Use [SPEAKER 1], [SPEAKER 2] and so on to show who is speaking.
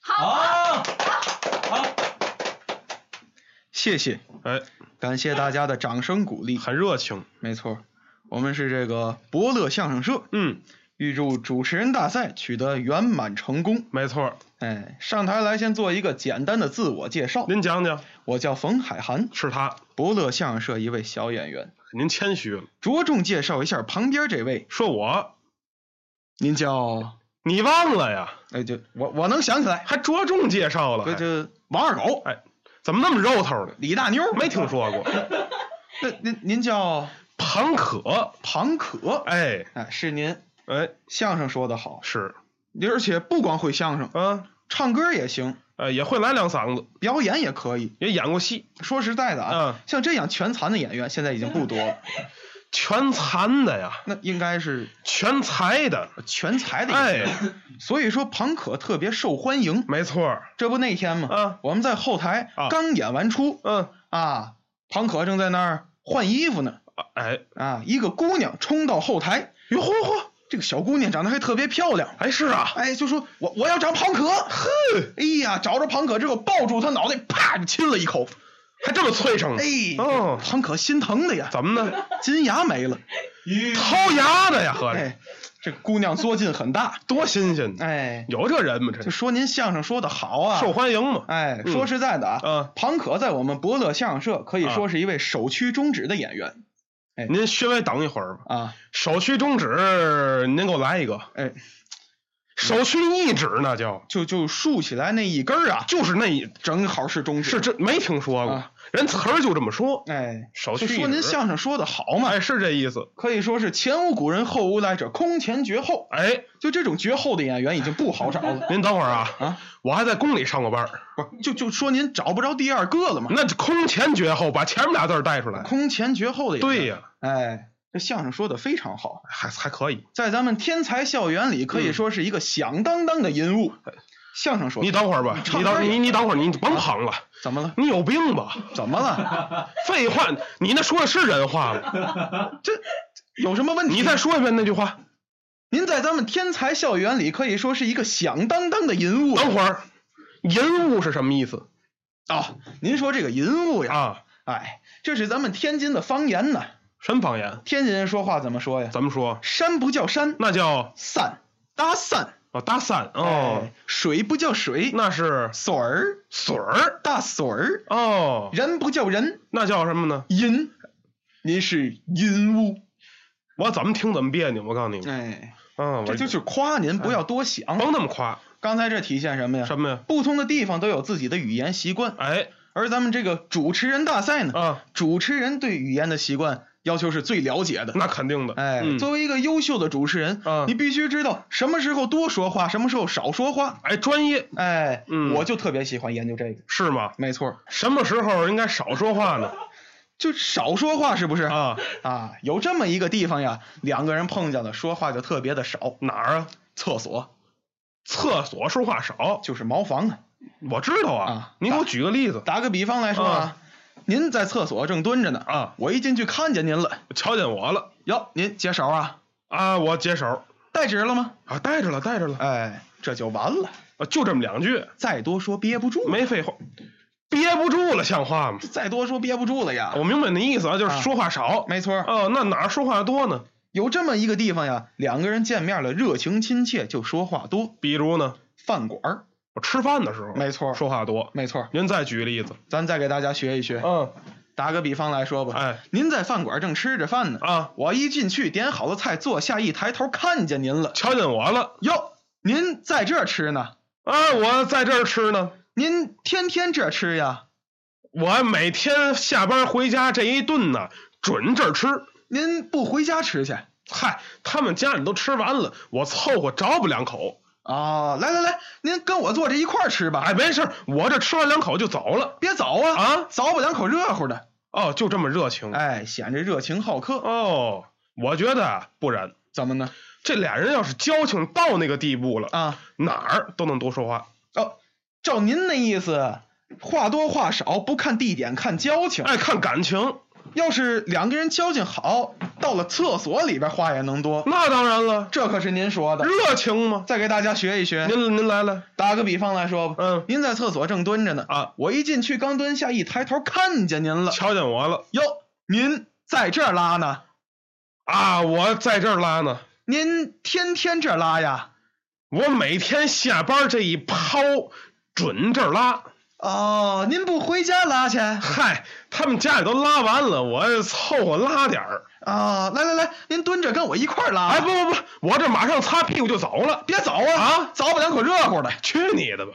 [SPEAKER 1] 好，
[SPEAKER 2] 好，
[SPEAKER 3] 谢谢，
[SPEAKER 2] 哎，
[SPEAKER 3] 感谢大家的掌声鼓励。
[SPEAKER 2] 很热情，
[SPEAKER 3] 没错，我们是这个伯乐相声社，
[SPEAKER 2] 嗯，
[SPEAKER 3] 预祝主持人大赛取得圆满成功。
[SPEAKER 2] 没错。
[SPEAKER 3] 哎，上台来先做一个简单的自我介绍。
[SPEAKER 2] 您讲讲，
[SPEAKER 3] 我叫冯海涵，
[SPEAKER 2] 是他，
[SPEAKER 3] 伯乐相声社一位小演员。
[SPEAKER 2] 您谦虚了，
[SPEAKER 3] 着重介绍一下旁边这位，
[SPEAKER 2] 说我，
[SPEAKER 3] 您叫
[SPEAKER 2] 你忘了呀？
[SPEAKER 3] 哎，就我我能想起来，
[SPEAKER 2] 还着重介绍了，
[SPEAKER 3] 就
[SPEAKER 2] 还
[SPEAKER 3] 就王二狗、
[SPEAKER 2] 哎，怎么那么肉头呢？
[SPEAKER 3] 李大妞，
[SPEAKER 2] 没听说过，
[SPEAKER 3] 那您您叫
[SPEAKER 2] 庞可，
[SPEAKER 3] 庞可，
[SPEAKER 2] 哎
[SPEAKER 3] 哎，是您
[SPEAKER 2] 哎，
[SPEAKER 3] 相声说得好，
[SPEAKER 2] 是
[SPEAKER 3] 而且不光会相声，
[SPEAKER 2] 啊，
[SPEAKER 3] 唱歌也行，
[SPEAKER 2] 哎，也会来两嗓子，
[SPEAKER 3] 表演也可以。
[SPEAKER 2] 也演过戏，
[SPEAKER 3] 说实在的啊，
[SPEAKER 2] 嗯
[SPEAKER 3] 像这样全残的演员现在已经不多 了，
[SPEAKER 2] 全残的呀，
[SPEAKER 3] 那应该是
[SPEAKER 2] 全才的，
[SPEAKER 3] 全才的演
[SPEAKER 2] 哎
[SPEAKER 3] 员。，所以说庞可特别受欢迎。
[SPEAKER 2] 没错儿，
[SPEAKER 3] 这不那天吗？
[SPEAKER 2] 啊
[SPEAKER 3] 我们在后台
[SPEAKER 2] 啊
[SPEAKER 3] 刚演完出
[SPEAKER 2] 嗯，
[SPEAKER 3] 啊，庞可正在那儿换衣服呢
[SPEAKER 2] 哎，
[SPEAKER 3] 啊，一个姑娘冲到后台，
[SPEAKER 2] 哟嚯嚯，
[SPEAKER 3] 这个小姑娘长得还特别漂亮，
[SPEAKER 2] 哎是啊，
[SPEAKER 3] 哎，就说我我要找庞可，呵，哎呀，找着庞可之后抱住他脑袋，啪就亲了一口，
[SPEAKER 2] 还这么脆生呢，
[SPEAKER 3] 哎，
[SPEAKER 2] 哦
[SPEAKER 3] 庞可心疼的呀，
[SPEAKER 2] 怎么呢？
[SPEAKER 3] 金牙没了，
[SPEAKER 2] 掏牙的呀，合着
[SPEAKER 3] 哎，这姑娘作劲很大，
[SPEAKER 2] 多新鲜呢，
[SPEAKER 3] 哎，
[SPEAKER 2] 有这人吗？这
[SPEAKER 3] 就说您相声说的好啊，
[SPEAKER 2] 受欢迎吗？
[SPEAKER 3] 哎，
[SPEAKER 2] 嗯
[SPEAKER 3] 说实在的 啊，
[SPEAKER 2] 嗯
[SPEAKER 3] 庞可在我们伯乐相声社可以
[SPEAKER 2] 啊
[SPEAKER 3] 说是一位首屈中指的演员
[SPEAKER 2] 您稍微等一会儿吧，
[SPEAKER 3] 啊，
[SPEAKER 2] 首屈中指，您给我来一个，
[SPEAKER 3] 哎，
[SPEAKER 2] 首屈一指那叫，
[SPEAKER 3] 就就竖起来那一根儿啊，
[SPEAKER 2] 就是那一
[SPEAKER 3] 正好是中指，
[SPEAKER 2] 是这没听说过
[SPEAKER 3] 啊，
[SPEAKER 2] 人词儿就这么说，
[SPEAKER 3] 哎，
[SPEAKER 2] 首屈
[SPEAKER 3] 就
[SPEAKER 2] 一指。
[SPEAKER 3] 说您相声说的好嘛，
[SPEAKER 2] 哎，是这意思。
[SPEAKER 3] 可以说是前无古人后无来者，空前绝后。
[SPEAKER 2] 哎，
[SPEAKER 3] 就这种绝后的演员已经不好找 了，
[SPEAKER 2] 您等会儿啊，
[SPEAKER 3] 啊
[SPEAKER 2] 我还在宫里上过班儿，
[SPEAKER 3] 不是就就说您找不着第二个了嘛？
[SPEAKER 2] 那空前绝后，把前面俩字儿带出来。
[SPEAKER 3] 空前绝后的演员，
[SPEAKER 2] 哎对呀、
[SPEAKER 3] 哎，这相声说的非常好，
[SPEAKER 2] 还还可以。
[SPEAKER 3] 在咱们天才校园里可以说是一个响当当的人物。相声说
[SPEAKER 2] 哎你
[SPEAKER 3] 的
[SPEAKER 2] 等会儿吧，
[SPEAKER 3] 唱
[SPEAKER 2] 你
[SPEAKER 3] 歌
[SPEAKER 2] 等
[SPEAKER 3] 也
[SPEAKER 2] 你你等会儿，你甭捧了，
[SPEAKER 3] 怎么了？
[SPEAKER 2] 你有病吧？
[SPEAKER 3] 怎么 了？
[SPEAKER 2] 废话，你那说的是人话吗？
[SPEAKER 3] 有什么问题？
[SPEAKER 2] 你再说一遍那句话。
[SPEAKER 3] 您在咱们天才校园里可以说是一个响当当的人物
[SPEAKER 2] 等会儿，人物是什么意思
[SPEAKER 3] 啊！您说这个人物呀，
[SPEAKER 2] 啊？
[SPEAKER 3] 哎，这是咱们天津的方言呐。
[SPEAKER 2] 什么方言？
[SPEAKER 3] 天津人说话怎么说呀？
[SPEAKER 2] 怎么说？
[SPEAKER 3] 山不叫山，
[SPEAKER 2] 那叫
[SPEAKER 3] 散搭散
[SPEAKER 2] 啊搭讪哦
[SPEAKER 3] 哎，水不叫水，
[SPEAKER 2] 那是
[SPEAKER 3] 水儿
[SPEAKER 2] 水儿
[SPEAKER 3] 大水儿，
[SPEAKER 2] 哦，
[SPEAKER 3] 人不叫人，
[SPEAKER 2] 那叫什么呢？
[SPEAKER 3] 淫。您是淫污，
[SPEAKER 2] 我怎么听怎么别扭，我告诉你，
[SPEAKER 3] 哎，
[SPEAKER 2] 嗯，我
[SPEAKER 3] 这就是夸您，不要多想。
[SPEAKER 2] 甭那么夸，
[SPEAKER 3] 刚才这体现什么呀？
[SPEAKER 2] 什么呀？
[SPEAKER 3] 不同的地方都有自己的语言习惯，
[SPEAKER 2] 哎
[SPEAKER 3] 而咱们这个主持人大赛呢，
[SPEAKER 2] 啊，
[SPEAKER 3] 主持人对语言的习惯要求是最了解的。
[SPEAKER 2] 那肯定的，
[SPEAKER 3] 哎，
[SPEAKER 2] 嗯
[SPEAKER 3] 作为一个优秀的主持人，
[SPEAKER 2] 嗯
[SPEAKER 3] 你必须知道什么时候多说话，什么时候少说话。
[SPEAKER 2] 哎，专业
[SPEAKER 3] 哎，
[SPEAKER 2] 嗯
[SPEAKER 3] 我就特别喜欢研究这个。
[SPEAKER 2] 是吗？
[SPEAKER 3] 没错，
[SPEAKER 2] 什么时候应该少说话呢？
[SPEAKER 3] 就少说话是不是？
[SPEAKER 2] 啊，
[SPEAKER 3] 啊，有这么一个地方呀，两个人碰见了，说话就特别的少。
[SPEAKER 2] 哪儿啊？
[SPEAKER 3] 厕所
[SPEAKER 2] 厕所说话少，
[SPEAKER 3] 就是茅房啊。
[SPEAKER 2] 我知道啊
[SPEAKER 3] 啊。
[SPEAKER 2] 您给我举个例子
[SPEAKER 3] 打个比方来说啊，您在厕所正蹲着呢，
[SPEAKER 2] 啊，
[SPEAKER 3] 我一进去看见您了，
[SPEAKER 2] 瞧见我了
[SPEAKER 3] 哟，您解手啊，
[SPEAKER 2] 啊，我解手
[SPEAKER 3] 带纸了吗？
[SPEAKER 2] 啊，带着了，带着了，
[SPEAKER 3] 哎，这就完了，
[SPEAKER 2] 啊就这么两句，
[SPEAKER 3] 再多说憋不住，
[SPEAKER 2] 没废话，憋不住了，像话吗？
[SPEAKER 3] 再多说憋不住了呀。
[SPEAKER 2] 我明白您意思啊，就是
[SPEAKER 3] 啊
[SPEAKER 2] 说话少。
[SPEAKER 3] 没错儿，
[SPEAKER 2] 哦，那哪儿说话多呢？
[SPEAKER 3] 有这么一个地方呀，两个人见面了，热情亲切，就说话多。
[SPEAKER 2] 比如呢，
[SPEAKER 3] 饭馆儿，
[SPEAKER 2] 我吃饭的时候，
[SPEAKER 3] 没错儿
[SPEAKER 2] 说话多。
[SPEAKER 3] 没错儿，
[SPEAKER 2] 您再举例子，
[SPEAKER 3] 咱再给大家学一学。
[SPEAKER 2] 嗯，
[SPEAKER 3] 打个比方来说吧，
[SPEAKER 2] 哎
[SPEAKER 3] 您在饭馆正吃着饭呢，
[SPEAKER 2] 啊，
[SPEAKER 3] 我一进去点好了菜，坐下一抬头看见您了，
[SPEAKER 2] 瞧见我了
[SPEAKER 3] 哟，您在这儿吃呢？
[SPEAKER 2] 啊，我在这儿吃呢。
[SPEAKER 3] 您天天这儿吃呀？
[SPEAKER 2] 我每天下班回家这一顿呢，准这儿吃。
[SPEAKER 3] 您不回家吃去？
[SPEAKER 2] 嗨，他们家里都吃完了，我凑合着补两口。
[SPEAKER 3] 哦，来来来，您跟我坐这一块儿吃吧。
[SPEAKER 2] 哎，没事儿，我这吃完两口就走了。
[SPEAKER 3] 别走啊
[SPEAKER 2] 啊
[SPEAKER 3] 凿吧两口热乎的，
[SPEAKER 2] 哦，就这么热情。
[SPEAKER 3] 哎，显着热情好客，
[SPEAKER 2] 哦，我觉得啊不然，
[SPEAKER 3] 怎么呢？
[SPEAKER 2] 这俩人要是交情到那个地步了，
[SPEAKER 3] 啊，
[SPEAKER 2] 哪儿都能多说话。
[SPEAKER 3] 哦，照您那意思，话多话少不看地点，看交情。
[SPEAKER 2] 爱看感情。
[SPEAKER 3] 要是两个人交情好，到了厕所里边话也能多。
[SPEAKER 2] 那当然了，
[SPEAKER 3] 这可是您说的，
[SPEAKER 2] 热情嘛。
[SPEAKER 3] 再给大家学一学。
[SPEAKER 2] 您您来了，
[SPEAKER 3] 打个比方来说吧，
[SPEAKER 2] 嗯
[SPEAKER 3] 您在厕所正蹲着呢
[SPEAKER 2] 啊，
[SPEAKER 3] 我一进去刚蹲下，一抬头看见您了，
[SPEAKER 2] 瞧见我了
[SPEAKER 3] 哟，您在这儿拉呢？
[SPEAKER 2] 啊！我在这儿拉呢，
[SPEAKER 3] 您天天这儿拉呀？
[SPEAKER 2] 我每天下班这一抛准这儿拉。
[SPEAKER 3] 哦，您不回家拉去？啊、
[SPEAKER 2] 嗨，他们家里都拉完了，我凑合拉点儿。
[SPEAKER 3] 哦来来来，您蹲着跟我一块儿拉。
[SPEAKER 2] 哎哎，不不不，我这马上擦屁股就走了。
[SPEAKER 3] 别走啊！
[SPEAKER 2] 啊
[SPEAKER 3] 早不咱可热乎的。
[SPEAKER 2] 去你的吧！